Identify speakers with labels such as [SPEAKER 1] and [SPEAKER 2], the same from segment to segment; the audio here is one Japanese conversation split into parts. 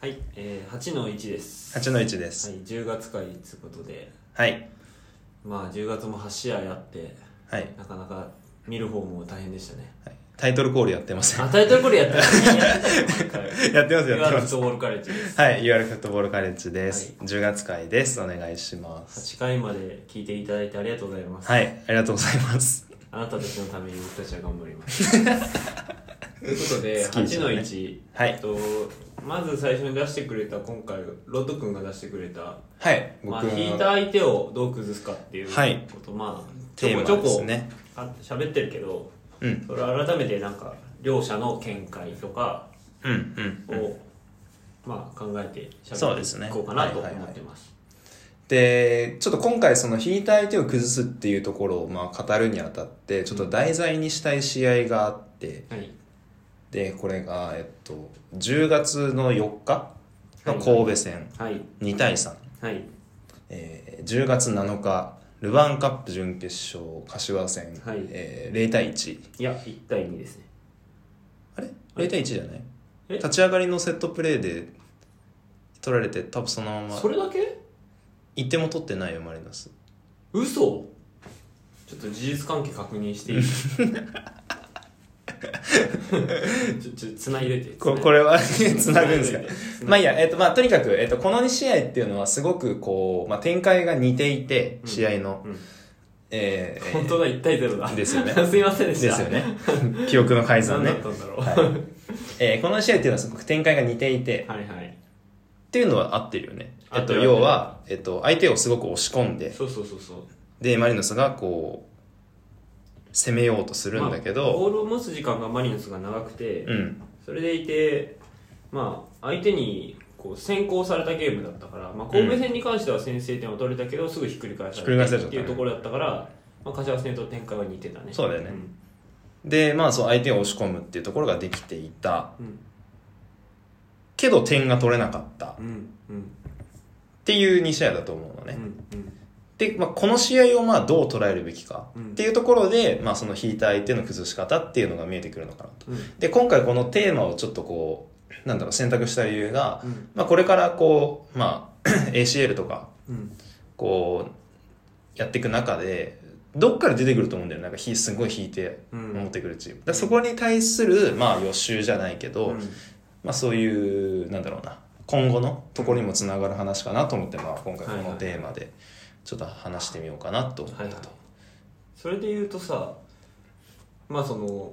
[SPEAKER 1] はい、えー、8の1です。
[SPEAKER 2] 8の1で
[SPEAKER 1] は
[SPEAKER 2] す
[SPEAKER 1] い、10月会ということで、
[SPEAKER 2] はい
[SPEAKER 1] まあ10月も8試合あって、
[SPEAKER 2] はい、
[SPEAKER 1] なかなか見る方も大変でしたね。
[SPEAKER 2] はいタイトルコールやってません
[SPEAKER 1] あ、タイトルコールやってますね。や
[SPEAKER 2] やってますやってま
[SPEAKER 1] フ
[SPEAKER 2] す
[SPEAKER 1] ットボールカレッジです。
[SPEAKER 2] はい UR フットボールカレッジです、10月会ですお願いします
[SPEAKER 1] 8回まで聞いていただいてありがとうございます。
[SPEAKER 2] はいありがとうございます
[SPEAKER 1] あなたたちのために僕たちは頑張り ます。ということで、
[SPEAKER 2] 好きです
[SPEAKER 1] 8
[SPEAKER 2] よ
[SPEAKER 1] の
[SPEAKER 2] ね
[SPEAKER 1] 1、
[SPEAKER 2] はい
[SPEAKER 1] えっと、まず最初に出してくれた、今回、ロト君が出してくれた、
[SPEAKER 2] はい僕
[SPEAKER 1] ま
[SPEAKER 2] は
[SPEAKER 1] あ、引いた相手をどう崩すかっていうこと、
[SPEAKER 2] はい
[SPEAKER 1] まあ、ち
[SPEAKER 2] テ
[SPEAKER 1] ょこ
[SPEAKER 2] ー
[SPEAKER 1] ちょ
[SPEAKER 2] マで
[SPEAKER 1] こ
[SPEAKER 2] すね
[SPEAKER 1] あ喋ってるけど、
[SPEAKER 2] うん
[SPEAKER 1] それは改めてなんか両者の見解とか
[SPEAKER 2] うんうん
[SPEAKER 1] を、まあ、考えて
[SPEAKER 2] そう
[SPEAKER 1] 喋
[SPEAKER 2] で
[SPEAKER 1] っ
[SPEAKER 2] す
[SPEAKER 1] てい
[SPEAKER 2] ね
[SPEAKER 1] こうかなと
[SPEAKER 2] はいはいはい
[SPEAKER 1] 思ってます。
[SPEAKER 2] でちょっと今回その引いた相手を崩すっていうところをまあ語るにあたってちょっと題材にしたい試合があって
[SPEAKER 1] はい
[SPEAKER 2] でこれがえっと10月の4日の神戸戦
[SPEAKER 1] はい
[SPEAKER 2] 2対3
[SPEAKER 1] はい
[SPEAKER 2] えー10月7日ルヴァンカップ準決勝柏戦、
[SPEAKER 1] はい
[SPEAKER 2] えー0対1
[SPEAKER 1] いや1対2ですね。
[SPEAKER 2] あれ0対1じゃない
[SPEAKER 1] え
[SPEAKER 2] 立ち上がりのセットプレーで取られて多分そのまま
[SPEAKER 1] それだけ
[SPEAKER 2] 1点も取ってないよマリノス
[SPEAKER 1] 嘘ちょっと事実関係確認してい いちょちょ繋いでて
[SPEAKER 2] ここれは
[SPEAKER 1] 繋い
[SPEAKER 2] つなぐんですか
[SPEAKER 1] 繋いて
[SPEAKER 2] まあいいや、えっとまあ、とにかく、えっと、この2試合っていうのはすごくこう、まあ、展開が似ていて
[SPEAKER 1] うん
[SPEAKER 2] 試合の、
[SPEAKER 1] うん
[SPEAKER 2] えー
[SPEAKER 1] 本当だ1対0だ
[SPEAKER 2] で すよね
[SPEAKER 1] すいませんでした
[SPEAKER 2] ですよね記憶の改ざ
[SPEAKER 1] 何
[SPEAKER 2] ん
[SPEAKER 1] だ
[SPEAKER 2] ね
[SPEAKER 1] ったんだろう、
[SPEAKER 2] はいえーこの試合っていうのはすごく展開が似ていて、
[SPEAKER 1] はいはい
[SPEAKER 2] っていうのは合ってるよね。
[SPEAKER 1] 合
[SPEAKER 2] え
[SPEAKER 1] っ
[SPEAKER 2] ってと、
[SPEAKER 1] る
[SPEAKER 2] 要は、えっと、相手をすごく押し込んで、
[SPEAKER 1] そうそうそうそう
[SPEAKER 2] で、マリノスがこう、攻めようとするんだけ
[SPEAKER 1] まあボ
[SPEAKER 2] ど、
[SPEAKER 1] ールを持つ時間がマリノスが長くて、
[SPEAKER 2] うん。
[SPEAKER 1] それでいて、まあ、相手にこう先行されたゲームだったから、まあ、神戸戦に関しては先制点を取れたけど、すぐひっくり返さ
[SPEAKER 2] ひっくり返
[SPEAKER 1] れ
[SPEAKER 2] されち
[SPEAKER 1] たっ
[SPEAKER 2] ゃってた
[SPEAKER 1] いう
[SPEAKER 2] ね
[SPEAKER 1] ところだったから、まあ、柏戦と展開は似てたね
[SPEAKER 2] そうだよね
[SPEAKER 1] ん
[SPEAKER 2] で、まあ、そう、相手を押し込むっていうところができていた。
[SPEAKER 1] うん
[SPEAKER 2] けど、点が取れなかった。っ
[SPEAKER 1] うんうん
[SPEAKER 2] ていう2試合だと思うの
[SPEAKER 1] う
[SPEAKER 2] ね。
[SPEAKER 1] んうん
[SPEAKER 2] で、まあ、この試合をまあ、どう捉えるべきか。
[SPEAKER 1] うん
[SPEAKER 2] っていうところで、まあ、その引いた相手の崩し方っていうのが見えてくるのかなと。
[SPEAKER 1] うん
[SPEAKER 2] で、今回このテーマをちょっとこう、なんだろう、選択した理由が、
[SPEAKER 1] うん
[SPEAKER 2] まあ、これからこう、まあ、ACL とか、
[SPEAKER 1] うん
[SPEAKER 2] こうやっていく中でどっから出てくると思うんだよなんかひすごい引いて
[SPEAKER 1] うん
[SPEAKER 2] 守ってくるチーム、だからそこに対する、まあ、予習じゃないけど、
[SPEAKER 1] うん
[SPEAKER 2] まあ、そういうなんだろうな今後のところにもつながる話かなと思って、まあ、今回このテーマでちょっと話してみようかなと思った
[SPEAKER 1] はいはい
[SPEAKER 2] と、
[SPEAKER 1] それで言うとさまあその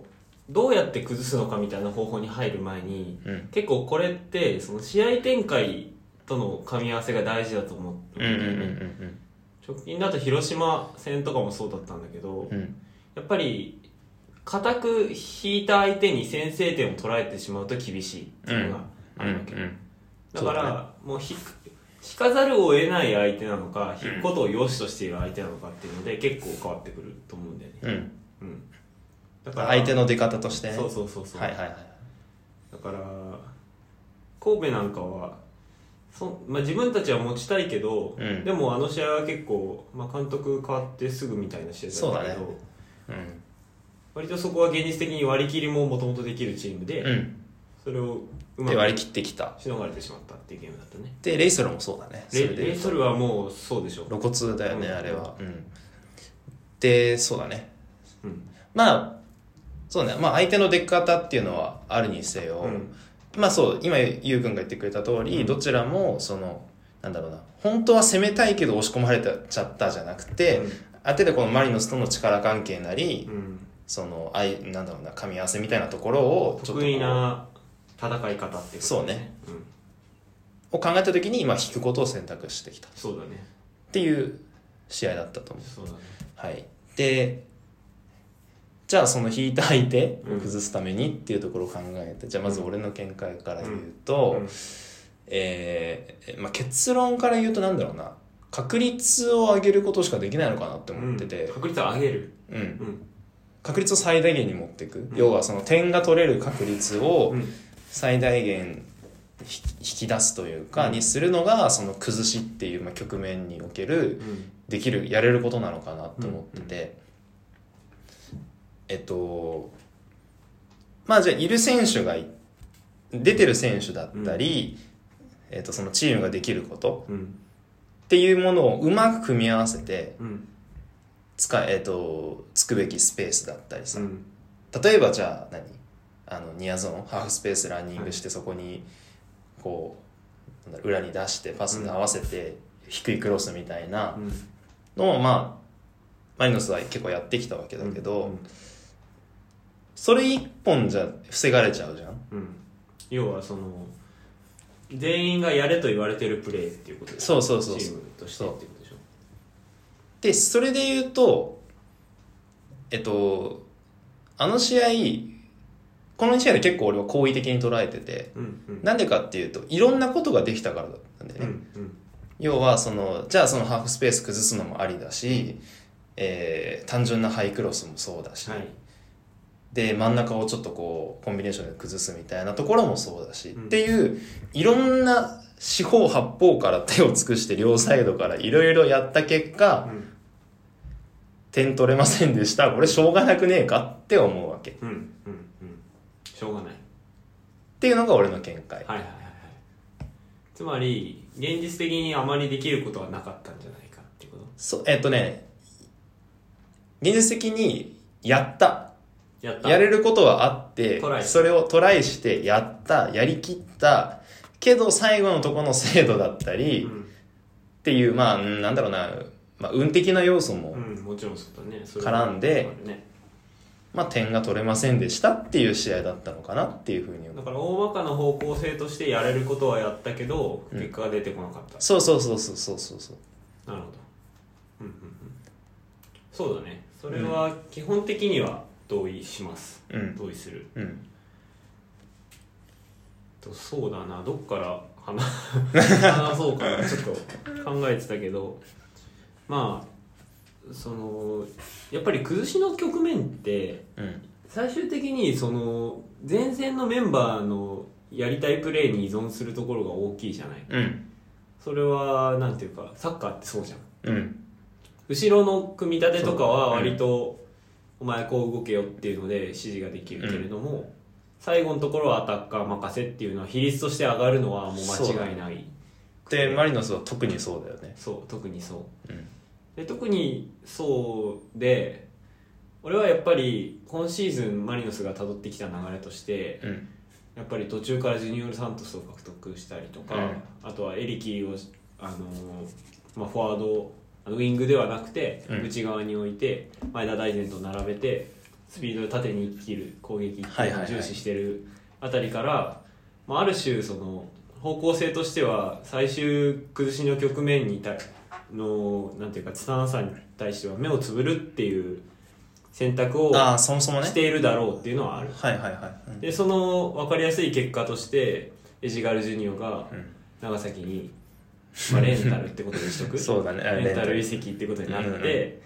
[SPEAKER 1] どうやって崩すのかみたいな方法に入る前に
[SPEAKER 2] うん
[SPEAKER 1] 結構これってその試合展開との噛み合わせが大事だと思って、
[SPEAKER 2] うんうんうん
[SPEAKER 1] 直近だと広島戦とかもそうだったんだけど、
[SPEAKER 2] うんうん
[SPEAKER 1] やっぱり固く引いた相手に先制点を取られてしまうと厳しいっていうのがあるわけ、
[SPEAKER 2] うんうん
[SPEAKER 1] だから
[SPEAKER 2] そう
[SPEAKER 1] もう引く引かざるを得ない相手なのか引くことを良しとしている相手なのかっていうので結構変わってくると思うんだよね、
[SPEAKER 2] うん
[SPEAKER 1] うん、だから
[SPEAKER 2] 相手の出方としてね
[SPEAKER 1] そうそうそうそう、
[SPEAKER 2] はいはいはい
[SPEAKER 1] だから神戸なんかはそ、まあ、自分たちは持ちたいけど、
[SPEAKER 2] うん
[SPEAKER 1] でもあの試合は結構、まあ、監督変わってすぐみたいな試合だったけど、
[SPEAKER 2] そうだうん
[SPEAKER 1] 割とそこは現実的に割り切りももともとできるチームで、
[SPEAKER 2] うん
[SPEAKER 1] それをうま
[SPEAKER 2] で
[SPEAKER 1] く
[SPEAKER 2] 割り切ってきた
[SPEAKER 1] しのがれてしまったっていうゲームだったね
[SPEAKER 2] でレイソルもそうだねそれ
[SPEAKER 1] レ
[SPEAKER 2] で
[SPEAKER 1] レイソルはもうそうでしょ
[SPEAKER 2] 露骨だよね、
[SPEAKER 1] うん
[SPEAKER 2] あれは、うん、でそうだね
[SPEAKER 1] うん
[SPEAKER 2] まあそうね、まあ、相手の出方っていうのはあるにせよ、
[SPEAKER 1] うん
[SPEAKER 2] まあそう今ゆうくんが言ってくれた通り、
[SPEAKER 1] うん
[SPEAKER 2] どちらもそのなんだろうな本当は攻めたいけど押し込まれちゃったじゃなくて、
[SPEAKER 1] うん
[SPEAKER 2] あてでこのマリノスとの力関係なり、
[SPEAKER 1] うん
[SPEAKER 2] そのあいなんだろうな噛み合わせみたいなところをちょっと
[SPEAKER 1] 得意な戦い方っていうこと
[SPEAKER 2] そうね、
[SPEAKER 1] うん、
[SPEAKER 2] を考えた時に今引くことを選択してきたっ
[SPEAKER 1] そうだね
[SPEAKER 2] ていう試合だったと思う
[SPEAKER 1] そうだね
[SPEAKER 2] はい、でじゃあその引いた相手
[SPEAKER 1] う
[SPEAKER 2] を
[SPEAKER 1] ん
[SPEAKER 2] 崩すためにっていうところを考えて、じゃあまず俺の見解から言うと、
[SPEAKER 1] うん
[SPEAKER 2] えーまあ、結論から言うとなんだろうな確率を上げることしかできないのかなって思ってて
[SPEAKER 1] うん、確率を上げる
[SPEAKER 2] うん
[SPEAKER 1] うん
[SPEAKER 2] 確率を最大限に持っていく、
[SPEAKER 1] ん
[SPEAKER 2] 要はその点が取れる確率を
[SPEAKER 1] うん
[SPEAKER 2] 最大限ひ引き出すというか
[SPEAKER 1] うん
[SPEAKER 2] にするのがその崩しっていう、まあ、局面における
[SPEAKER 1] うん
[SPEAKER 2] できるやれることなのかなと思ってて、えっとまあじゃあいる選手がい出てる選手だったり、えっとそのチームができること
[SPEAKER 1] うん
[SPEAKER 2] っていうものをうまく組み合わせて
[SPEAKER 1] うん
[SPEAKER 2] 使え、えっとつくべきスペースだったりさ、
[SPEAKER 1] うん
[SPEAKER 2] 例えばじゃあ何あのニアゾーンハーフスペースランニングしてそこにこうなんだろう裏に出してパスで合わせて低いクロスみたいな
[SPEAKER 1] うん
[SPEAKER 2] のをまあマリノスは結構やってきたわけだけど、
[SPEAKER 1] うん
[SPEAKER 2] それ一本じゃ防がれちゃうじゃん
[SPEAKER 1] うん要はその全員がやれと言われてるプレーっていうことで
[SPEAKER 2] そうそうそう
[SPEAKER 1] チ
[SPEAKER 2] そ
[SPEAKER 1] ー
[SPEAKER 2] う
[SPEAKER 1] ムとしてっていうことでしょ
[SPEAKER 2] でそれで言うとえっとあの試合この試合で結構俺は好意的に捉えてて
[SPEAKER 1] うんうん
[SPEAKER 2] なんでかっていうといろんなことができたからだったんだよ
[SPEAKER 1] うん
[SPEAKER 2] ね、
[SPEAKER 1] うん
[SPEAKER 2] 要はそのじゃあそのハーフスペース崩すのもありだし、えー単純なハイクロスもそうだし、
[SPEAKER 1] はい
[SPEAKER 2] で真ん中をちょっとこうコンビネーションで崩すみたいなところもそうだし、
[SPEAKER 1] うん
[SPEAKER 2] っていういろんな四方八方から手を尽くして両サイドからいろいろやった結果
[SPEAKER 1] うん
[SPEAKER 2] 点取れませんでしたこれしょうがなくねえかって思うわけっ
[SPEAKER 1] うんうんうんしょうがない
[SPEAKER 2] ていうのが俺の見解、
[SPEAKER 1] はいはいはいはいつまり現実的にあまりできることはなかったんじゃないかっていうこと
[SPEAKER 2] そえっとね現実的にやった
[SPEAKER 1] やった
[SPEAKER 2] やれることはあって
[SPEAKER 1] トライ、
[SPEAKER 2] それをトライして、やった、やりきった、けど最後のとこの精度だった
[SPEAKER 1] う
[SPEAKER 2] り、
[SPEAKER 1] ん
[SPEAKER 2] っていう、まあ、うんなんだろうな、まあ、運的な要素も、
[SPEAKER 1] うん、もちろんそうだねそ
[SPEAKER 2] 絡んで
[SPEAKER 1] あるね
[SPEAKER 2] まあ、点が取れませんでしたっていう試合だったのかなっていうふうに思
[SPEAKER 1] だ
[SPEAKER 2] う。
[SPEAKER 1] から大まかな方向性としてやれることはやったけど
[SPEAKER 2] うん
[SPEAKER 1] 結果が出てこなかった、
[SPEAKER 2] そうそうそうそうそうそうそう。
[SPEAKER 1] なるほどうんうんうんそうだねそれは基本的には同意します、
[SPEAKER 2] うん。
[SPEAKER 1] 同意する
[SPEAKER 2] うん。
[SPEAKER 1] とそうだなどっから話話そうかなちょっと考えてたけどまあそのやっぱり崩しの局面って
[SPEAKER 2] うん。
[SPEAKER 1] 最終的にその前線のメンバーのやりたいプレーに依存するところが大きいじゃない
[SPEAKER 2] うん。
[SPEAKER 1] それはなんていうかサッカーってそうじゃん
[SPEAKER 2] うん。
[SPEAKER 1] 後ろの組み立てとかは
[SPEAKER 2] そう
[SPEAKER 1] 割とお前こう動けよっていうので指示ができるけれども、最後のところはアタッカー任せっていうのは比率として上がるのはもう間違いない
[SPEAKER 2] で、マリノスは特にそうだよね。
[SPEAKER 1] そう特にそう
[SPEAKER 2] うん。
[SPEAKER 1] で特にそうで俺はやっぱり今シーズンマリノスが辿ってきた流れとして
[SPEAKER 2] うん。
[SPEAKER 1] やっぱり途中からジュニオール・サントスを獲得したりとか、
[SPEAKER 2] うん
[SPEAKER 1] あとはエリキを、あのーまあ、フォワードあのウィングではなくて
[SPEAKER 2] うん
[SPEAKER 1] 内側に置いて前田大然と並べてスピードで縦に生きる攻撃っていうのを重視してるあたりから、まあ、ある種その方向性としては最終崩しの局面にたのなんていうかツタンさに対しては目をつぶるっていう選択を
[SPEAKER 2] ああ、そもそもね
[SPEAKER 1] し。ているだろうっていうのはある。
[SPEAKER 2] はいはいはい。うん
[SPEAKER 1] でその分かりやすい結果としてエジガル・ジュニオが
[SPEAKER 2] うん。
[SPEAKER 1] 長崎に、まあ、レンタルってことにしとく
[SPEAKER 2] そうだねあ
[SPEAKER 1] レンタル移籍ってことになるので,、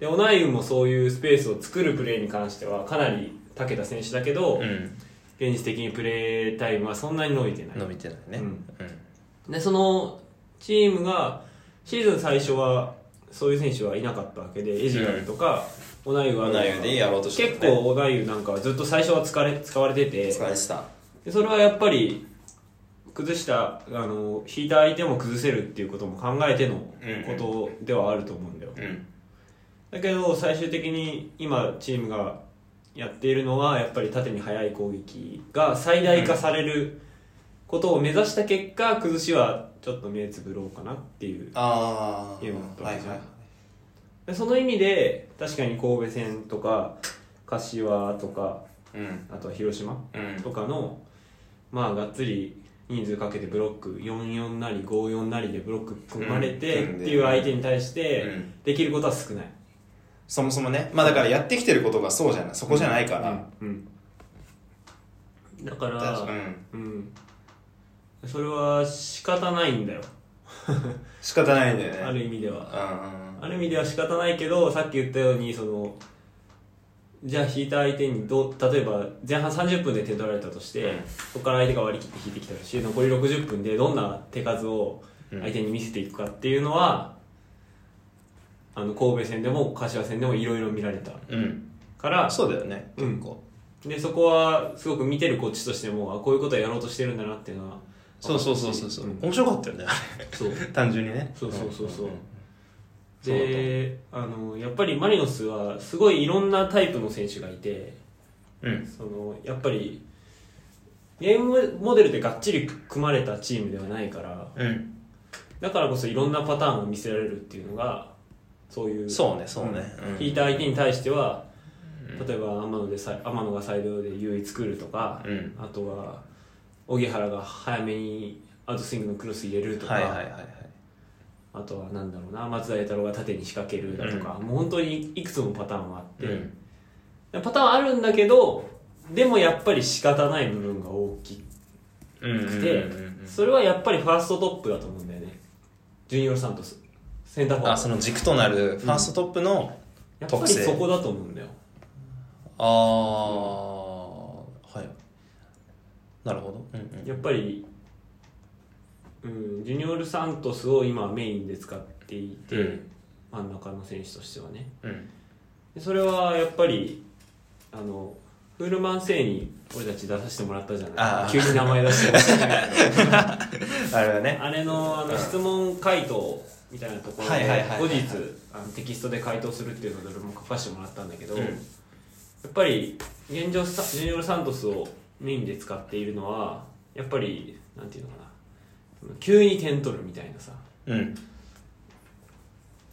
[SPEAKER 1] でオナイウもそういうスペースを作るプレーに関してはかなり武田選手だけど、
[SPEAKER 2] うん。
[SPEAKER 1] 現実的にプレータイムはそんなに伸びてない、
[SPEAKER 2] 伸びてないね。
[SPEAKER 1] う
[SPEAKER 2] うんん。
[SPEAKER 1] でそのチームがシーズン最初はそういう選手はいなかったわけでエジガルとか、オナイウは
[SPEAKER 2] オナイウでやろうとしてたね
[SPEAKER 1] 結構オナイウなんかはずっと最初は使われ使われてて
[SPEAKER 2] 疲れてた。
[SPEAKER 1] でそれはやっぱり崩したあの引いた相手も崩せるっていうことも考えてのことではあると思うんだよ、
[SPEAKER 2] うん。
[SPEAKER 1] だけど最終的に今チームがやっているのはやっぱり縦に速い攻撃が最大化されることを目指した結果崩しはちょっと目つぶろうかなっていう
[SPEAKER 2] ああ。
[SPEAKER 1] いうのだったわ
[SPEAKER 2] は
[SPEAKER 1] け
[SPEAKER 2] い
[SPEAKER 1] じゃん
[SPEAKER 2] はい。
[SPEAKER 1] でその意味で確かに神戸戦とか柏とか
[SPEAKER 2] うん。
[SPEAKER 1] あとは広島
[SPEAKER 2] うん
[SPEAKER 1] とかのまあがっつり人数かけてブロック44なり54なりでブロック組まれてっ
[SPEAKER 2] うん
[SPEAKER 1] ていう相手に対して
[SPEAKER 2] うん
[SPEAKER 1] できることは少ない
[SPEAKER 2] そもそもねまあだからやってきてることがそうじゃないそこじゃないから、
[SPEAKER 1] うんうんだか
[SPEAKER 2] 確からうん
[SPEAKER 1] うんそれは仕方ないんだよ
[SPEAKER 2] 仕方ないんだよね
[SPEAKER 1] ある意味では
[SPEAKER 2] うん
[SPEAKER 1] ある意味では仕方ないけどさっき言ったようにそのじゃあ引いた相手にどう例えば前半30分で点取られたとして、
[SPEAKER 2] うん
[SPEAKER 1] そこから相手が割り切って引いてきたとして残り60分でどんな手数を相手に見せていくかっていうのは、あの神戸戦でも柏戦でもいろいろ見られた
[SPEAKER 2] うん、うん、
[SPEAKER 1] から
[SPEAKER 2] そうだよね
[SPEAKER 1] うん
[SPEAKER 2] 結構、
[SPEAKER 1] でそこはすごく見てるこっちとしてもあこういうことをやろうとしてるんだなっていうのは
[SPEAKER 2] そうそうそうそうそう、
[SPEAKER 1] うん
[SPEAKER 2] 面白かったよね
[SPEAKER 1] そう
[SPEAKER 2] 単純にね
[SPEAKER 1] そうそうそうそうん
[SPEAKER 2] んそうだと思う
[SPEAKER 1] であのやっぱりマリノスはすごいいろんなタイプの選手がいて
[SPEAKER 2] うん
[SPEAKER 1] そのやっぱりゲームモデルでがっちり組まれたチームではないから
[SPEAKER 2] うん
[SPEAKER 1] だからこそいろんなパターンを見せられるっていうのがそういう
[SPEAKER 2] そうねそうね
[SPEAKER 1] うん
[SPEAKER 2] うん
[SPEAKER 1] 引いた相手に対しては
[SPEAKER 2] うん
[SPEAKER 1] 例えば天野でさ天野がサイドで優位作るとか
[SPEAKER 2] うん
[SPEAKER 1] あとは荻原が早めにアウトスイングのクロス入れるとか、
[SPEAKER 2] はいはいはいはい
[SPEAKER 1] あとはなんだろうな松田栄太郎が縦に仕掛けるだとか、もう本当にいくつもパターンがあって、
[SPEAKER 2] うん
[SPEAKER 1] パターンあるんだけどでもやっぱり仕方ない部分が大き
[SPEAKER 2] うんうん
[SPEAKER 1] く
[SPEAKER 2] う
[SPEAKER 1] て、
[SPEAKER 2] んうん
[SPEAKER 1] それはやっぱりファーストトップだと思うんだよねジュニオロサントスセンターフォワ
[SPEAKER 2] あ
[SPEAKER 1] ー
[SPEAKER 2] その軸となるファーストトップの、
[SPEAKER 1] ドやっぱ
[SPEAKER 2] 特
[SPEAKER 1] り
[SPEAKER 2] 性
[SPEAKER 1] そこだと思うんだよ
[SPEAKER 2] ああはいなるほど、うんうん、
[SPEAKER 1] やっぱり、うん、ジュニオル・サントスを今メインで使っていて、
[SPEAKER 2] うん
[SPEAKER 1] 真ん中の選手としてはね
[SPEAKER 2] うん
[SPEAKER 1] でそれはやっぱりあのフールマン生に俺たち出させてもらったじゃ
[SPEAKER 2] あ
[SPEAKER 1] ない
[SPEAKER 2] ー
[SPEAKER 1] 急に名前出してましたけ
[SPEAKER 2] あれはね
[SPEAKER 1] どあれのあの質問回答みたいなところ
[SPEAKER 2] はいはい
[SPEAKER 1] で
[SPEAKER 2] はいはい
[SPEAKER 1] 後日あのテキストで回答するっていうので俺も書かせてもらったんだけど、
[SPEAKER 2] うん
[SPEAKER 1] やっぱり現状さジュニオル・サントスをメインで使っているのはやっぱりなんていうのかなその急に点取るみたいなさ
[SPEAKER 2] うん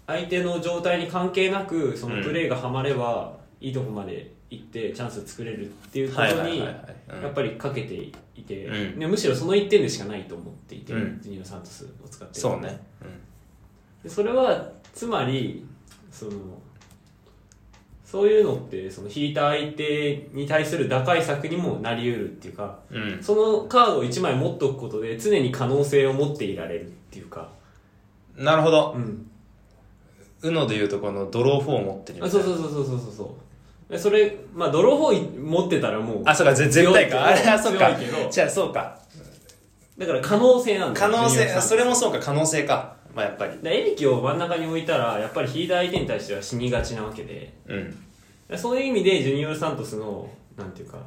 [SPEAKER 1] 相手の状態に関係なくそのプレーがはまれば、いいとこまで行ってチャンス作れるっていうところにや
[SPEAKER 2] うん
[SPEAKER 1] っぱりかけていて、
[SPEAKER 2] うん
[SPEAKER 1] ねむしろその1点でしかないと思っていて、
[SPEAKER 2] うん
[SPEAKER 1] ジュニオ・サントスを使ってる
[SPEAKER 2] そうね、
[SPEAKER 1] でそれはつまりそのそういうのってその引いた相手に対する打開策にもなり得るっていうか
[SPEAKER 2] うんうん、
[SPEAKER 1] そのカードを1枚持っとくことで常に可能性を持っていられるっていうか、
[SPEAKER 2] なるほど
[SPEAKER 1] うん、
[SPEAKER 2] UNO でいうとこのドロー4を持ってるみた
[SPEAKER 1] あ
[SPEAKER 2] いな
[SPEAKER 1] そうそうそうそうそうそうそうでそれまあ泥棒持ってたらもう
[SPEAKER 2] あそうかぜ絶対かあ
[SPEAKER 1] 強い
[SPEAKER 2] れ
[SPEAKER 1] けど
[SPEAKER 2] はそうか
[SPEAKER 1] 強いけど
[SPEAKER 2] じゃあそうか
[SPEAKER 1] だから可能性なんだ
[SPEAKER 2] 可
[SPEAKER 1] よ
[SPEAKER 2] 能性
[SPEAKER 1] ジュニアさん
[SPEAKER 2] それもそうか可能性かまあやっぱり
[SPEAKER 1] でエリキを真ん中に置いたらやっぱり引いた相手に対しては死にがちなわけで
[SPEAKER 2] うん
[SPEAKER 1] でそういう意味でジュニオル・サントスのなんていうか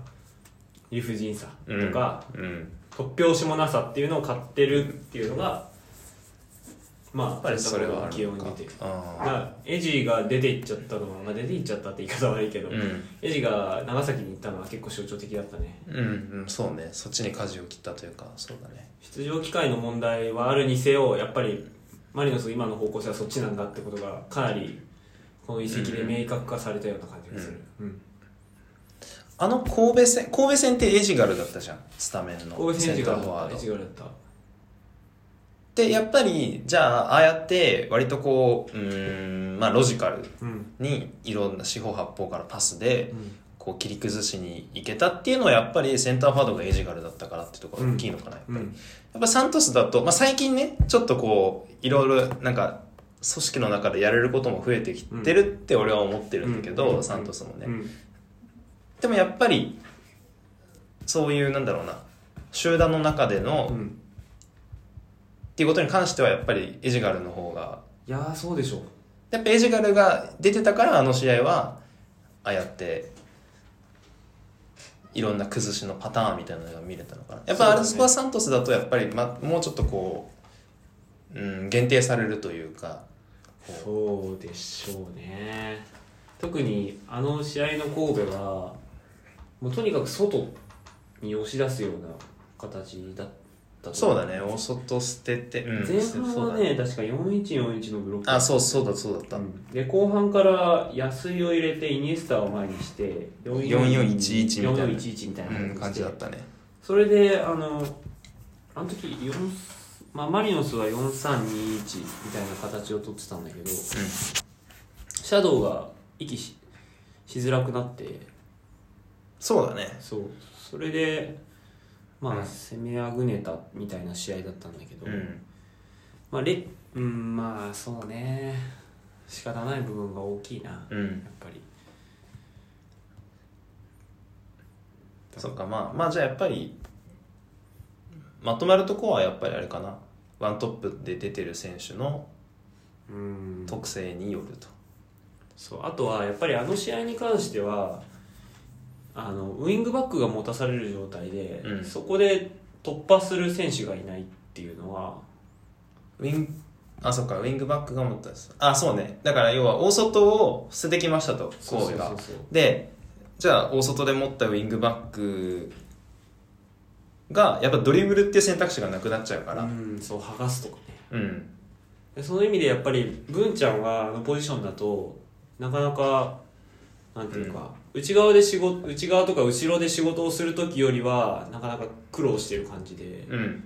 [SPEAKER 1] 理不尽さとか、
[SPEAKER 2] うん
[SPEAKER 1] 突拍子もなさっていうのを買ってるっていうのがまあやっぱり
[SPEAKER 2] それはあ
[SPEAKER 1] 起用
[SPEAKER 2] る
[SPEAKER 1] に
[SPEAKER 2] の
[SPEAKER 1] 出て
[SPEAKER 2] か
[SPEAKER 1] るだか
[SPEAKER 2] あ
[SPEAKER 1] らエジーが出ていっちゃったのは、まあ、出ていっちゃったって言い方悪いけど、
[SPEAKER 2] ーうん
[SPEAKER 1] エジが長崎に行ったのは結構象徴的だったね
[SPEAKER 2] うん、うん、そうねそっちに舵を切ったというかそうだね
[SPEAKER 1] 出場機会の問題はあるにせよやっぱりマリノスの今の方向性はそっちなんだってことがかなりこの移籍で明確化されたような感じがする、うん
[SPEAKER 2] あの神戸戦神戸戦ってエジガルだったじゃんスタメンの
[SPEAKER 1] 神戸選手
[SPEAKER 2] セン
[SPEAKER 1] が
[SPEAKER 2] ターフォワード
[SPEAKER 1] 一号だった
[SPEAKER 2] でやっぱりじゃあああやって割とこううーんまあロジカル
[SPEAKER 1] うん
[SPEAKER 2] にいろんな四方八方からパスで
[SPEAKER 1] うん
[SPEAKER 2] こう切り崩しに行けたっていうのはやっぱりセンターフォワードがエジガルだったからってところが大きいのかな、やっぱり
[SPEAKER 1] うん
[SPEAKER 2] やっぱサントスだと、まあ、最近ねちょっとこういろいろなんか組織の中でやれることも増えてきてるって俺は思ってるんだけど、
[SPEAKER 1] うん
[SPEAKER 2] サントスもね、
[SPEAKER 1] うん
[SPEAKER 2] でもやっぱりそういうなんだろうな集団の中での、
[SPEAKER 1] う
[SPEAKER 2] っ
[SPEAKER 1] ん
[SPEAKER 2] ていうことに関してはやっぱりエジガルの方が
[SPEAKER 1] いやーそうでしょう
[SPEAKER 2] やっぱエジガルが出てたからあの試合はああやっていろんな崩しのパターンみたいなのが見れたのかなやっぱアルスパサントスだとやっぱり、ま、もうちょっとこう、うん、限定されるというかこ
[SPEAKER 1] そうでしょうね特にあの試合の神戸はもうとにかく外に押し出すような形だった
[SPEAKER 2] う
[SPEAKER 1] と
[SPEAKER 2] そ
[SPEAKER 1] 思
[SPEAKER 2] うだね大外捨てて、うん、
[SPEAKER 1] 前半
[SPEAKER 2] そう
[SPEAKER 1] は
[SPEAKER 2] だ
[SPEAKER 1] ね確か4141のブロック
[SPEAKER 2] あそうそうだそうだった、
[SPEAKER 1] で後半から安井を入れてイニエスタを前にして
[SPEAKER 2] 4411みたいな
[SPEAKER 1] 4411みたいな
[SPEAKER 2] うん、感じだ
[SPEAKER 1] で
[SPEAKER 2] ったね
[SPEAKER 1] それであのあの時4、まあ、マリノスは4321みたいな形を取ってたんだけど、シャドウが息ししづらくなって
[SPEAKER 2] そうだね
[SPEAKER 1] そうそれでまあ、
[SPEAKER 2] うん
[SPEAKER 1] 攻めあぐねたみたいな試合だったんだけど、
[SPEAKER 2] うん
[SPEAKER 1] まあレうんまあそうね仕方ない部分が大きいな、やっ
[SPEAKER 2] うん
[SPEAKER 1] ぱり
[SPEAKER 2] そうかまあまあじゃあやっぱりまとまるとこはやっぱりあれかなワントップで出てる選手の
[SPEAKER 1] うん
[SPEAKER 2] 特性によると、
[SPEAKER 1] そうあとはやっぱりあの試合に関してはあのウイングバックが持たされる状態で、
[SPEAKER 2] うん
[SPEAKER 1] そこで突破する選手がいないっていうのは、
[SPEAKER 2] ウィングあそっかウィングバックが持ったんですあそうねだから要は大外を捨ててきましたと
[SPEAKER 1] そう
[SPEAKER 2] 神
[SPEAKER 1] そう
[SPEAKER 2] 戸
[SPEAKER 1] そ
[SPEAKER 2] が
[SPEAKER 1] うそう
[SPEAKER 2] でじゃあ大外で持ったウィングバックがやっぱドリブルっていう選択肢がなくなっちゃうから
[SPEAKER 1] うん、そう剥がすとかね
[SPEAKER 2] うん
[SPEAKER 1] でその意味でやっぱり文ちゃんはあのポジションだとなかなかなんていうか、内側で仕事内側とか後ろで仕事をする時よりはなかなか苦労してる感じで
[SPEAKER 2] うん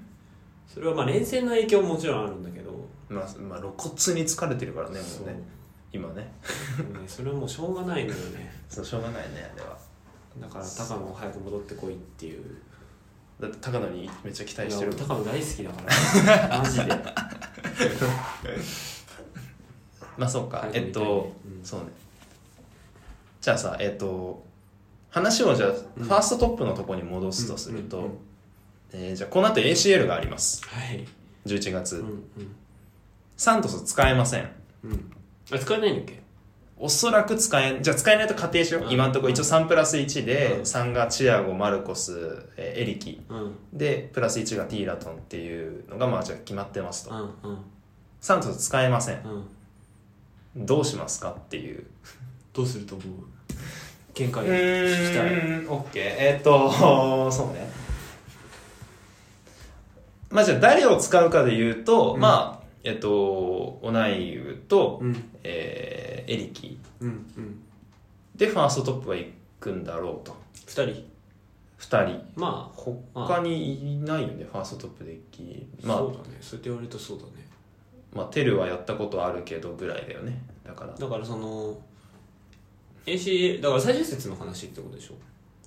[SPEAKER 1] それはまあ連戦の影響ももちろんあるんだけど、
[SPEAKER 2] まあ、まあ露骨に疲れてるからねも
[SPEAKER 1] そう
[SPEAKER 2] うね今ね
[SPEAKER 1] もうねそれはもうしょうがないのよね
[SPEAKER 2] そうしょうがないねあれは
[SPEAKER 1] だから高野早く戻ってこいっていう
[SPEAKER 2] だって高野にめっちゃ期待してる
[SPEAKER 1] いや俺高野大好きだから マジで
[SPEAKER 2] まあそうか
[SPEAKER 1] 早く見た
[SPEAKER 2] え
[SPEAKER 1] いね
[SPEAKER 2] っと、
[SPEAKER 1] うん
[SPEAKER 2] そうねじゃあさえっと話をじゃあ
[SPEAKER 1] うん
[SPEAKER 2] ファーストトップのとこに戻すとすると、
[SPEAKER 1] うんうんうん
[SPEAKER 2] えーじゃあこの後 ACL があります
[SPEAKER 1] はい
[SPEAKER 2] 11
[SPEAKER 1] う
[SPEAKER 2] 月、
[SPEAKER 1] ん
[SPEAKER 2] サントス使えません
[SPEAKER 1] うんうんあ使えないんだっけ
[SPEAKER 2] おそらく使えんじゃあ使えないと仮定しよう、
[SPEAKER 1] うん
[SPEAKER 2] 今のところ一応3プラス1で、
[SPEAKER 1] うん
[SPEAKER 2] 3がチアゴマルコス、えーエリキ
[SPEAKER 1] うんうん
[SPEAKER 2] でプラス1がティーラトンっていうのがまあじゃあ決まってますと、
[SPEAKER 1] うん
[SPEAKER 2] サントス使えません
[SPEAKER 1] うん
[SPEAKER 2] どうしますかっていう
[SPEAKER 1] どうすると思う見解
[SPEAKER 2] う
[SPEAKER 1] 聞きたい
[SPEAKER 2] ーん、オッケー。えーっと、 そうね。まあじゃあ誰を使うかで言うと、
[SPEAKER 1] うん
[SPEAKER 2] まあ、えっと、オナイウと、
[SPEAKER 1] うん
[SPEAKER 2] えーエリキ
[SPEAKER 1] うんうん
[SPEAKER 2] でファーストトップは行くんだろうと。
[SPEAKER 1] 2人
[SPEAKER 2] 二人。
[SPEAKER 1] ま
[SPEAKER 2] 他にいないよね、ファーストトップでき。
[SPEAKER 1] あ、
[SPEAKER 2] ま
[SPEAKER 1] そう
[SPEAKER 2] あ、
[SPEAKER 1] だねそうやって言われるとそうだね
[SPEAKER 2] まあ、テルはやったことあるけどぐらいだよね。だから。
[SPEAKER 1] だからその AC だから最終節の話ってことでしょ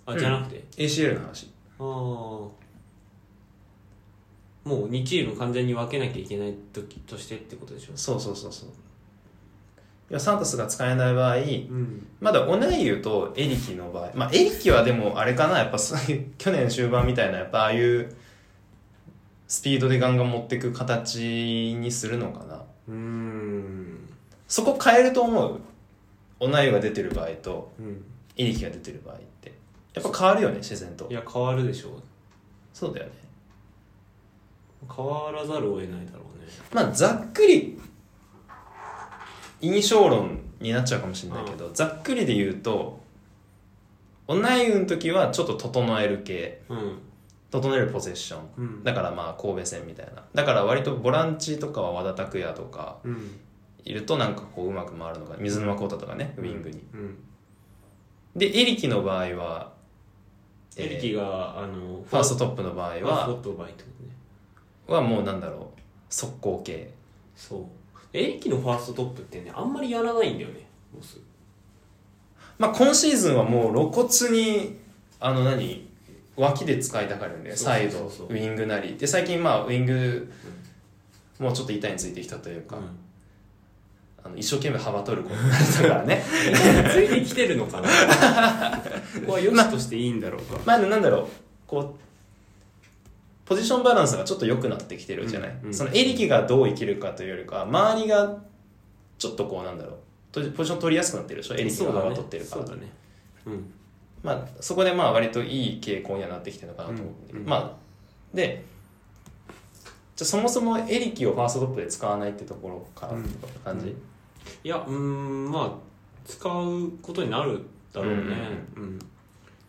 [SPEAKER 1] あじゃなくて、
[SPEAKER 2] ACL の話。
[SPEAKER 1] ああもう2チーム完全に分けなきゃいけない時としてってことでしょ
[SPEAKER 2] そうそうそうそう。いや、サンタスが使えない場合、
[SPEAKER 1] うん
[SPEAKER 2] まだオナイユとエリキの場合、まあ、エリキはでもあれかなやっぱそういう 去年終盤みたいなやっぱああいうスピードでガンガン持っていく形にするのかな
[SPEAKER 1] うーん
[SPEAKER 2] そこ変えると思うオナイユが出てる場合と
[SPEAKER 1] うん
[SPEAKER 2] エリキが出てる場合ってやっぱ変わるよね自然と
[SPEAKER 1] いや変わるでしょう
[SPEAKER 2] そうだよね
[SPEAKER 1] 変わらざるを得ないだろうね
[SPEAKER 2] まあざっくり印象論になっちゃうかもしれないけど、ざっくりで言うとオナイユの時はちょっと整える系
[SPEAKER 1] うん
[SPEAKER 2] 整えるポゼッション
[SPEAKER 1] うん
[SPEAKER 2] だからまあ神戸戦みたいなだから割とボランチとかは和田拓也とか
[SPEAKER 1] うん
[SPEAKER 2] いるとなんかこううまく回るのか水沼宏太とかねウィングに、
[SPEAKER 1] うん
[SPEAKER 2] でエリキの場合は、えー
[SPEAKER 1] エリキがあの
[SPEAKER 2] ファーストトップの場合
[SPEAKER 1] ファースト
[SPEAKER 2] は
[SPEAKER 1] トップを奪いってことね
[SPEAKER 2] はもうなんだろう速攻系
[SPEAKER 1] そうエリキのファーストトップってねあんまりやらないんだよねボス
[SPEAKER 2] まあ今シーズンはもう露骨にあの何脇で使いたがるんだよ
[SPEAKER 1] そう
[SPEAKER 2] サイ
[SPEAKER 1] そ
[SPEAKER 2] ド
[SPEAKER 1] うそう
[SPEAKER 2] ウィングなりで最近まあウィングもうちょっと板についてきたというか、
[SPEAKER 1] うん
[SPEAKER 2] あの一生懸命幅取ることになったからね
[SPEAKER 1] ついてきてるのか な ここは良しとしていいんだろうか、
[SPEAKER 2] まあでもなんだろうこうポジションバランスがちょっと良くなってきてるじゃない、
[SPEAKER 1] うんうん
[SPEAKER 2] そのエリキがどう生きるかというよりか周りがちょっとこうなんだろうとポジション取りやすくなってるでしょエリキ
[SPEAKER 1] そ
[SPEAKER 2] が
[SPEAKER 1] うだ
[SPEAKER 2] 幅
[SPEAKER 1] ね
[SPEAKER 2] 取ってるから
[SPEAKER 1] そうだねうん
[SPEAKER 2] まあ、そこでまあ割といい傾向にはなってきてるのかなと思って、
[SPEAKER 1] うんうん
[SPEAKER 2] まあでじゃあそもそもエリキをファーストトップで使わないってところからって感じ、
[SPEAKER 1] うんいやうーんまあ使うことになるだろうねうん、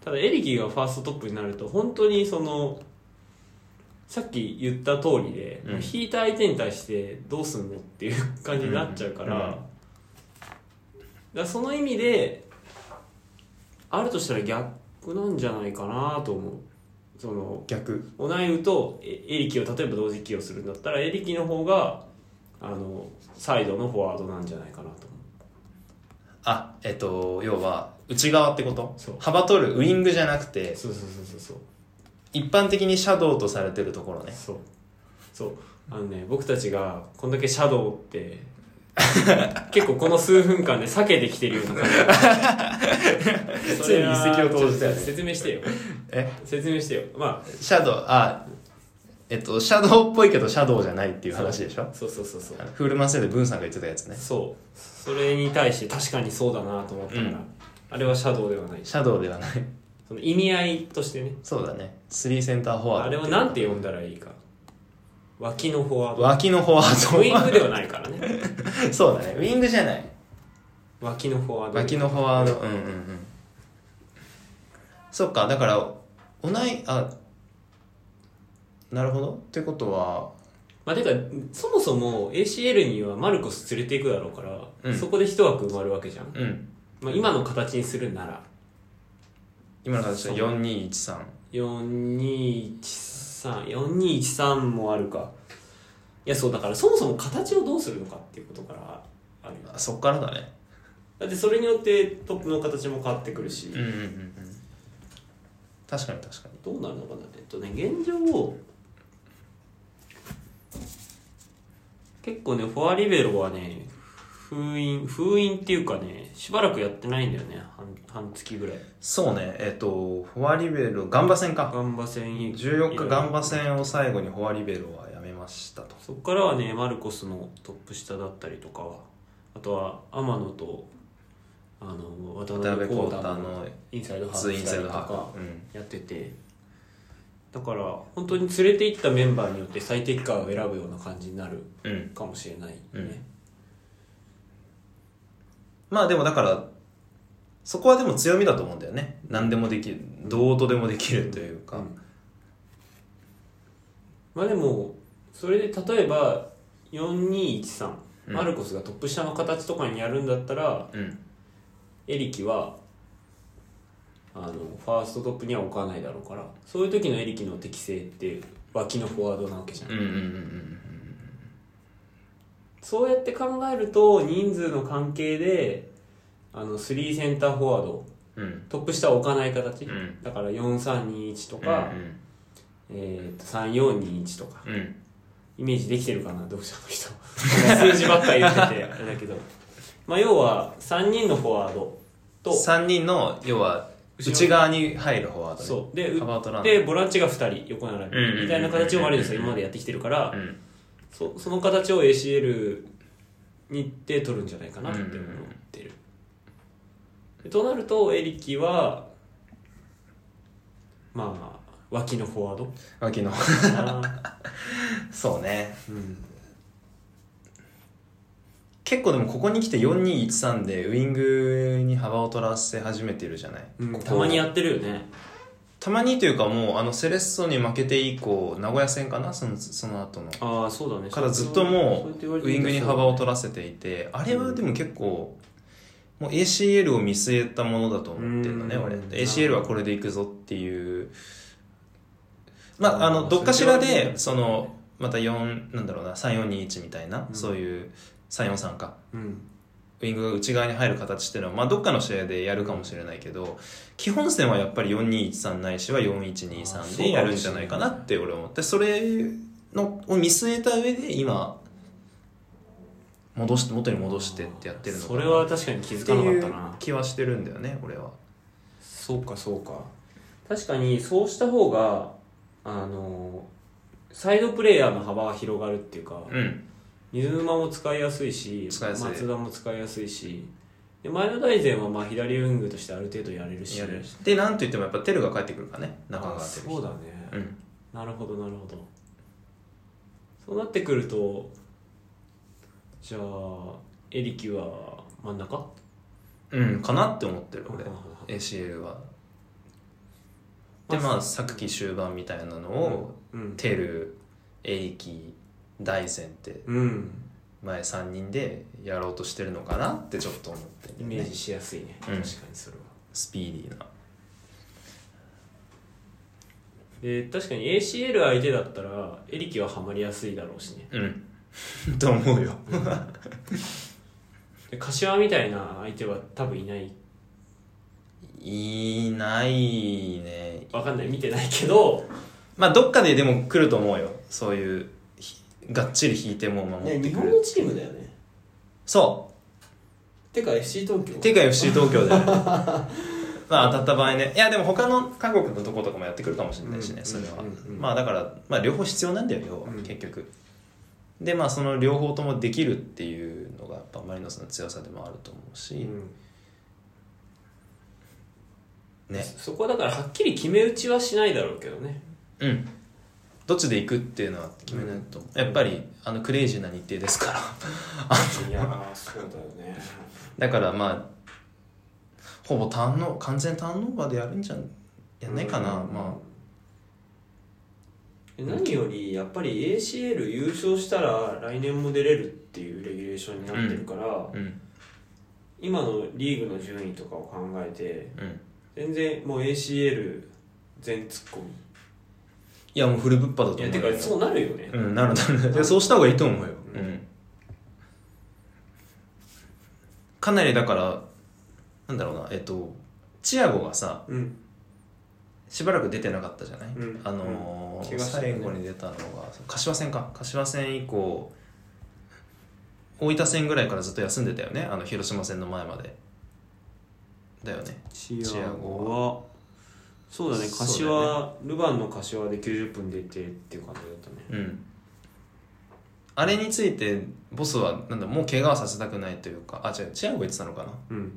[SPEAKER 1] ただエリキがファーストトップになると本当にそのさっき言った通りで、
[SPEAKER 2] うん
[SPEAKER 1] 引いた相手に対してどうすんのっていう感じになっちゃうから,、
[SPEAKER 2] うんうん
[SPEAKER 1] だからその意味であるとしたら逆なんじゃないかなと思うその
[SPEAKER 2] 逆
[SPEAKER 1] オナイウとエエリキを例えば同時起用するんだったらエリキの方があのサイドのフォワードなんじゃないかなと思
[SPEAKER 2] あえっと要は内側ってこと
[SPEAKER 1] そう
[SPEAKER 2] 幅取るウイングじゃなくて
[SPEAKER 1] うそうそうそうそう
[SPEAKER 2] 一般的にシャドウとされてるところね
[SPEAKER 1] そうそうそうあのね僕たちがこんだけシャドウって結構この数分間で避けてきてるような感じ
[SPEAKER 2] ついに一石を投じたよ
[SPEAKER 1] ちょっ
[SPEAKER 2] ね
[SPEAKER 1] と説明してよ
[SPEAKER 2] え
[SPEAKER 1] 説明してよまあ
[SPEAKER 2] シャドウあえっとシャドウっぽいけどシャドウじゃないっていう話でしょ
[SPEAKER 1] そうそうそうそう
[SPEAKER 2] あのフールマンセでブンさんが言ってたやつね
[SPEAKER 1] そうそれに対して確かにそうだなと思ったから、
[SPEAKER 2] うん
[SPEAKER 1] あれはシャドウではないし
[SPEAKER 2] シャドウではない
[SPEAKER 1] その意味合いとしてね
[SPEAKER 2] そうだね3センターフォワード
[SPEAKER 1] あれはなんて呼んだらいいか脇のフォワー
[SPEAKER 2] 脇のフォワー
[SPEAKER 1] ド
[SPEAKER 2] ド
[SPEAKER 1] ウィングではないからね
[SPEAKER 2] そうだねウィングじゃない
[SPEAKER 1] 脇のフォワード
[SPEAKER 2] 脇のフォワードうんうんうんそっかだから同いあなるほどってことは
[SPEAKER 1] まあてかそもそも ACL にはマルコス連れていくだろうから、
[SPEAKER 2] うん
[SPEAKER 1] そこで一枠埋まるわけじゃん、
[SPEAKER 2] うん
[SPEAKER 1] まあ、今の形にするなら
[SPEAKER 2] 今の形は4213
[SPEAKER 1] 42134213もあるかいやそうだからそもそも形をどうするのかっていうことからあるよ
[SPEAKER 2] あそっからだね
[SPEAKER 1] だってそれによってトップの形も変わってくるし、
[SPEAKER 2] うんうんうんうん確かに確かに
[SPEAKER 1] どうなるのかなえっとね現状を結構ねフォアリベロはね封印封印っていうかねしばらくやってないんだよね半半月ぐらい
[SPEAKER 2] そうねえっ、とフォアリベロガンバ戦か
[SPEAKER 1] ガンバ戦以
[SPEAKER 2] 14日ガンバ戦を最後にフォアリベロはやめましたと
[SPEAKER 1] そこからはねマルコスのトップ下だったりとかあとは天野とあの渡辺
[SPEAKER 2] 渡辺
[SPEAKER 1] 浩
[SPEAKER 2] 浩
[SPEAKER 1] 太
[SPEAKER 2] 太
[SPEAKER 1] の
[SPEAKER 2] の
[SPEAKER 1] インサイドハー
[SPEAKER 2] ツ
[SPEAKER 1] フ
[SPEAKER 2] イン
[SPEAKER 1] した
[SPEAKER 2] サイ
[SPEAKER 1] り
[SPEAKER 2] ド
[SPEAKER 1] と
[SPEAKER 2] ハ
[SPEAKER 1] か
[SPEAKER 2] ーフうん
[SPEAKER 1] やっててだから本当に連れて行ったメンバーによって最適化を選ぶような感じになる
[SPEAKER 2] うん
[SPEAKER 1] かもしれないね、
[SPEAKER 2] うんまあでもだからそこはでも強みだと思うんだよね何でもできるどうとでもできるというか、
[SPEAKER 1] うんまあでもそれで例えば4213、
[SPEAKER 2] うん
[SPEAKER 1] マルコスがトップ下の形とかにやるんだったら
[SPEAKER 2] うん、
[SPEAKER 1] エリキはあのファーストトップには置かないだろうからそういう時のエリキの適性って脇のフォワードなわけじゃん、
[SPEAKER 2] うんうんうん
[SPEAKER 1] そうやって考えると人数の関係であの3センターフォワード
[SPEAKER 2] うんうん
[SPEAKER 1] トップ下は置かない形、
[SPEAKER 2] うん
[SPEAKER 1] だから4321と
[SPEAKER 2] と
[SPEAKER 1] か、
[SPEAKER 2] うん
[SPEAKER 1] えー、と3421とか
[SPEAKER 2] うんうん
[SPEAKER 1] イメージできてるかな読者の人 数字ばっかり言っててあれ だけど、まあ、要は3人のフォワードと
[SPEAKER 2] 3人の要は
[SPEAKER 1] 後ろ
[SPEAKER 2] 内側に入るフォワード、ね、
[SPEAKER 1] そうで
[SPEAKER 2] ハバート
[SPEAKER 1] 打
[SPEAKER 2] ラン
[SPEAKER 1] っ
[SPEAKER 2] ド
[SPEAKER 1] てボランチが2人横並
[SPEAKER 2] うんうんうんう
[SPEAKER 1] び
[SPEAKER 2] ん
[SPEAKER 1] みたいな形をマリノスは今までやってきてるから、
[SPEAKER 2] うん
[SPEAKER 1] そその形を ACL にで取るんじゃないかなって思ってる、でとなるとエリキはまあ脇のフォワード
[SPEAKER 2] 脇の
[SPEAKER 1] か な、
[SPEAKER 2] そうね
[SPEAKER 1] うん
[SPEAKER 2] 結構でもここに来て4213でウイングに幅を取らせ始めてるじゃない、
[SPEAKER 1] うん
[SPEAKER 2] ここ
[SPEAKER 1] たまにやってるよね
[SPEAKER 2] たまにというかもうあのセレッソに負けて以降名古屋戦かなそのその後の
[SPEAKER 1] ああそうだね
[SPEAKER 2] からずっとも
[SPEAKER 1] そうやって言われてみ
[SPEAKER 2] ウ
[SPEAKER 1] たら
[SPEAKER 2] イングに幅を取らせていてあれはでも結構もう ACL を見据えたものだと思ってるのね
[SPEAKER 1] うん
[SPEAKER 2] 俺
[SPEAKER 1] うん
[SPEAKER 2] ACL はこれでいくぞっていうまああ
[SPEAKER 1] あー
[SPEAKER 2] のどっかし
[SPEAKER 1] そ
[SPEAKER 2] ら
[SPEAKER 1] れはね
[SPEAKER 2] でそのまた4なんだろうな3421みたいな
[SPEAKER 1] うん
[SPEAKER 2] そういう343か
[SPEAKER 1] うん
[SPEAKER 2] ウイングが内側に入る形っていうのはまあどっかの試合でやるかもしれないけど基本戦はやっぱり4213ないしは
[SPEAKER 1] あ
[SPEAKER 2] 4123
[SPEAKER 1] ー
[SPEAKER 2] でやるんじゃないかなって俺思ってそれのを見据えた上で今戻して元に戻してってやってるのか
[SPEAKER 1] そ
[SPEAKER 2] な
[SPEAKER 1] れは確かに気づかなかったな
[SPEAKER 2] っていう気はしてるんだよね俺は
[SPEAKER 1] そうかそうか確かにそうした方があのサイドプレイヤーの幅が広がるっていうか、
[SPEAKER 2] うん
[SPEAKER 1] 水沼も使いやすいし
[SPEAKER 2] 使いやすい
[SPEAKER 1] 松田も使いやすいしで前の大然はまあ左ウイングとしてある程度やれるし
[SPEAKER 2] やるしでなんといってもやっぱテルが帰ってくるからね中川
[SPEAKER 1] あ
[SPEAKER 2] テル
[SPEAKER 1] そうだね、
[SPEAKER 2] うん
[SPEAKER 1] なるほどなるほどそうなってくるとじゃあエリキは真ん中
[SPEAKER 2] うんかなって思ってる俺
[SPEAKER 1] うん
[SPEAKER 2] ACL は
[SPEAKER 1] ま
[SPEAKER 2] で
[SPEAKER 1] あ
[SPEAKER 2] まあさっき終盤みたいなのを
[SPEAKER 1] うん
[SPEAKER 2] テルエイキ大善って
[SPEAKER 1] うん
[SPEAKER 2] 前3人でやろうとしてるのかなってちょっと思って
[SPEAKER 1] イ
[SPEAKER 2] る
[SPEAKER 1] メ
[SPEAKER 2] ね
[SPEAKER 1] ージしやすいね、
[SPEAKER 2] う
[SPEAKER 1] 確か
[SPEAKER 2] ん
[SPEAKER 1] にそれは
[SPEAKER 2] スピーディーな
[SPEAKER 1] で確かに ACL 相手だったらエリキはハマりやすいだろうしね
[SPEAKER 2] うん と思うよ
[SPEAKER 1] で柏みたいな相手は多分いない
[SPEAKER 2] いないね
[SPEAKER 1] わかんない見てないけど、
[SPEAKER 2] まあどっかででも来ると思うよそういうひがっちり引いても守ってくる、
[SPEAKER 1] チームだよね
[SPEAKER 2] そ
[SPEAKER 1] てか FC 東京
[SPEAKER 2] うてか FC 東京だよね まあ当たった場合ねいやでも他の韓国のとことかもやってくるかもしれないしね、
[SPEAKER 1] うん
[SPEAKER 2] それは、
[SPEAKER 1] うんうん
[SPEAKER 2] まあだから、まあ、両方必要なんだよ要は
[SPEAKER 1] うん
[SPEAKER 2] 結局、でまあその両方ともできるっていうのがやっぱマリノスの強さでもあると思うし、
[SPEAKER 1] うん
[SPEAKER 2] ね
[SPEAKER 1] そこはだからはっきり決め打ちはしないだろうけどね
[SPEAKER 2] うんどっちで行くっていうのは決めないと、やっぱりあのクレイジーな日程ですから
[SPEAKER 1] いやーそうだよね
[SPEAKER 2] だからまあほぼターンの完全ターンオーバーでやるんじゃやんないかな、
[SPEAKER 1] うん
[SPEAKER 2] ま
[SPEAKER 1] え何よりやっぱり ACL 優勝したら来年も出れるっていうレギュレーションになってるから、
[SPEAKER 2] あうん
[SPEAKER 1] 今のリーグの順位とかを考えて
[SPEAKER 2] うん
[SPEAKER 1] 全然もう ACL 全ツッコミ
[SPEAKER 2] いやもうフルぶっぱだと
[SPEAKER 1] い
[SPEAKER 2] 思
[SPEAKER 1] や
[SPEAKER 2] う
[SPEAKER 1] て
[SPEAKER 2] よ
[SPEAKER 1] かそうなるよね、
[SPEAKER 2] うんなるなるでそうした方がいいと思うよ、
[SPEAKER 1] う
[SPEAKER 2] うんん、かなりだからなんだろうなえっとチアゴがさ
[SPEAKER 1] うん
[SPEAKER 2] しばらく出てなかったじゃない、
[SPEAKER 1] うん
[SPEAKER 2] あのー
[SPEAKER 1] うん怪我したね
[SPEAKER 2] 最後に出たのが柏戦か柏戦以降大分戦ぐらいからずっと休んでたよねあの広島戦の前までだよね
[SPEAKER 1] チ
[SPEAKER 2] アゴは
[SPEAKER 1] アゴはそうだね柏
[SPEAKER 2] そうだ
[SPEAKER 1] ルヴァンの柏で90分出てっていう感じだったね
[SPEAKER 2] うんあれについてボスはなんだもう怪我はさせたくないというかあ違うチアゴ言ってたのかな
[SPEAKER 1] うん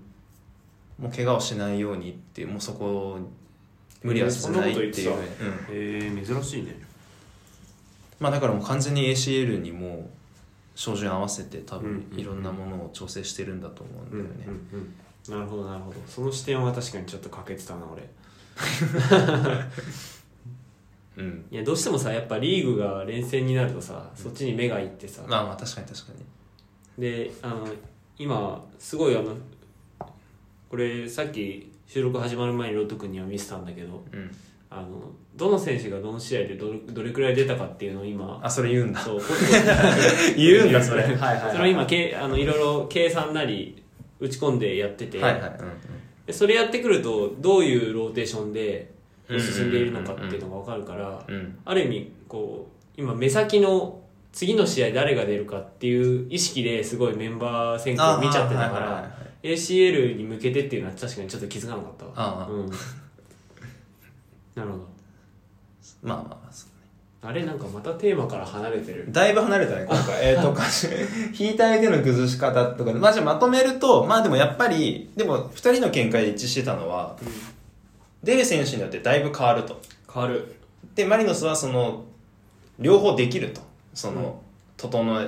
[SPEAKER 2] もう怪我をしないようにってもうそこを無理はさせないってい
[SPEAKER 1] そん
[SPEAKER 2] うふうに
[SPEAKER 1] なこ
[SPEAKER 2] う
[SPEAKER 1] へ
[SPEAKER 2] ん
[SPEAKER 1] え珍しいね
[SPEAKER 2] まあだからもう完全に ACL にもう照準合わせて多
[SPEAKER 1] うん
[SPEAKER 2] 分
[SPEAKER 1] うんうん
[SPEAKER 2] いろんなものを調整してるんだと思うん
[SPEAKER 1] う
[SPEAKER 2] だ
[SPEAKER 1] んう
[SPEAKER 2] よ
[SPEAKER 1] ん
[SPEAKER 2] ね、
[SPEAKER 1] うんなるほどなるほどその視点は確かにちょっと欠けてたな俺
[SPEAKER 2] うん
[SPEAKER 1] いやどうしてもさやっぱリーグが連戦になるとさそっちに目がいってさ、
[SPEAKER 2] まあまあ確かに確かに
[SPEAKER 1] であの今すごいあのこれさっき収録始まる前にロット君には見せたんだけど
[SPEAKER 2] うん
[SPEAKER 1] あのどの選手がどの試合でどれどれくらい出たかっていうのを今
[SPEAKER 2] あそれ言うんだ
[SPEAKER 1] そう
[SPEAKER 2] 言 うんだそれはいはい、
[SPEAKER 1] それを今けあのいろいろ計算なり打ち込んでやってて、
[SPEAKER 2] はいはい、うんうん、
[SPEAKER 1] でそれやってくるとどういうローテーションで進んでいるのかっていうのが分かるから、
[SPEAKER 2] うん
[SPEAKER 1] ある意味こう今目先の次の試合誰が出るかっていう意識ですごいメンバー選考を見ちゃってたか
[SPEAKER 2] あーはいはい
[SPEAKER 1] ら
[SPEAKER 2] はい
[SPEAKER 1] ACL に向けてっていうのは確かにちょっと気づかなかったわ
[SPEAKER 2] ああ
[SPEAKER 1] うん、 なるほ
[SPEAKER 2] まあまあまあそう
[SPEAKER 1] どあれなんかまたテーマから離れてる
[SPEAKER 2] だいぶ離れたね今回え っとか引いた相手の崩し方とかまあじゃあまとめるとまあでもやっぱりでも2人の見解で一致してたのは、出る選手によってだいぶ変わると
[SPEAKER 1] 変わる
[SPEAKER 2] でマリノスはその両方できるとその、
[SPEAKER 1] うん
[SPEAKER 2] 整え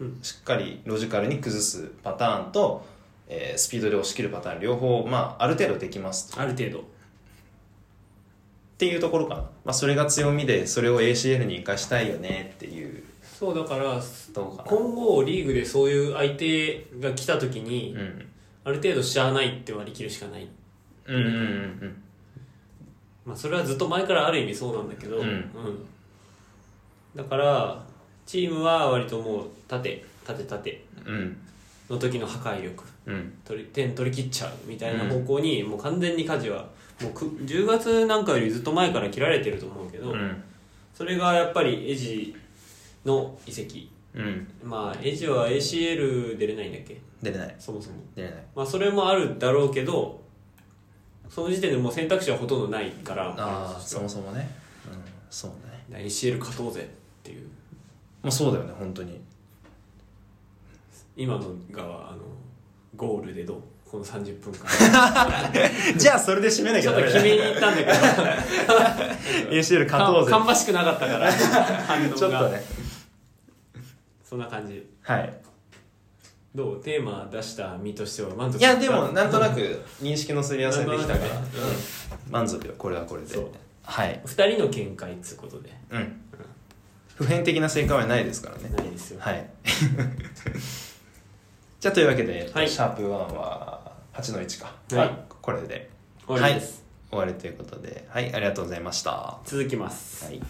[SPEAKER 1] うん
[SPEAKER 2] しっかりロジカルに崩すパターンと、えースピードで押し切るパターン両方、まあ、ある程度できますと
[SPEAKER 1] ある程度
[SPEAKER 2] っていうところかな、まあ、それが強みでそれを ACL に生かしたいよねっていう
[SPEAKER 1] そうだから
[SPEAKER 2] どうかな
[SPEAKER 1] 今後リーグでそういう相手が来た時に、
[SPEAKER 2] うん
[SPEAKER 1] ある程度知らないって割り切るしかない
[SPEAKER 2] うんうんうん
[SPEAKER 1] まあ、それはずっと前からある意味そうなんだけど、
[SPEAKER 2] うん
[SPEAKER 1] だからチームは割ともう縦縦縦
[SPEAKER 2] うんうん
[SPEAKER 1] の時の破壊力
[SPEAKER 2] うん
[SPEAKER 1] 取り点取り切っちゃうみたいな方向に、もう完全に舵はもうく10月なんかよりずっと前から切られてると思うけど、
[SPEAKER 2] うん
[SPEAKER 1] それがやっぱりエジの移籍
[SPEAKER 2] うん
[SPEAKER 1] まあエジは ACL 出れないんだっけ
[SPEAKER 2] 出れない
[SPEAKER 1] そもそも
[SPEAKER 2] 出れない
[SPEAKER 1] まあそれもあるだろうけどその時点でもう選択肢はほとんどないから
[SPEAKER 2] ああそもそもね、うん、そうね
[SPEAKER 1] ACL 勝とうぜっていう
[SPEAKER 2] もうそうだよね本当に
[SPEAKER 1] 今のがあのゴールでどうこの30分 間
[SPEAKER 2] じゃあそれで締めなき
[SPEAKER 1] ち
[SPEAKER 2] ゃ
[SPEAKER 1] ょっ
[SPEAKER 2] ダ
[SPEAKER 1] と
[SPEAKER 2] メ
[SPEAKER 1] 決
[SPEAKER 2] だ
[SPEAKER 1] めに
[SPEAKER 2] ね
[SPEAKER 1] 行ったんだけど
[SPEAKER 2] ACL 勝とうぜ
[SPEAKER 1] かんばしくなかったから 反応が
[SPEAKER 2] ちょっとね
[SPEAKER 1] そんな感じ
[SPEAKER 2] はい
[SPEAKER 1] どうテーマ出した身としては満足
[SPEAKER 2] いやでもなんとなく認識のすり合わせできた から、
[SPEAKER 1] なんとなくね
[SPEAKER 2] 満足よこれはこれで
[SPEAKER 1] そう
[SPEAKER 2] はい
[SPEAKER 1] 2人の見解っつうことで
[SPEAKER 2] うん普遍的な正解はないですからね
[SPEAKER 1] ないですよ
[SPEAKER 2] はい じゃあというわけで、えっと
[SPEAKER 1] はい
[SPEAKER 2] シャープ1は8の1か
[SPEAKER 1] はい
[SPEAKER 2] これで
[SPEAKER 1] 終わりです、
[SPEAKER 2] 終わりということではいありがとうございましたは
[SPEAKER 1] 続きます
[SPEAKER 2] い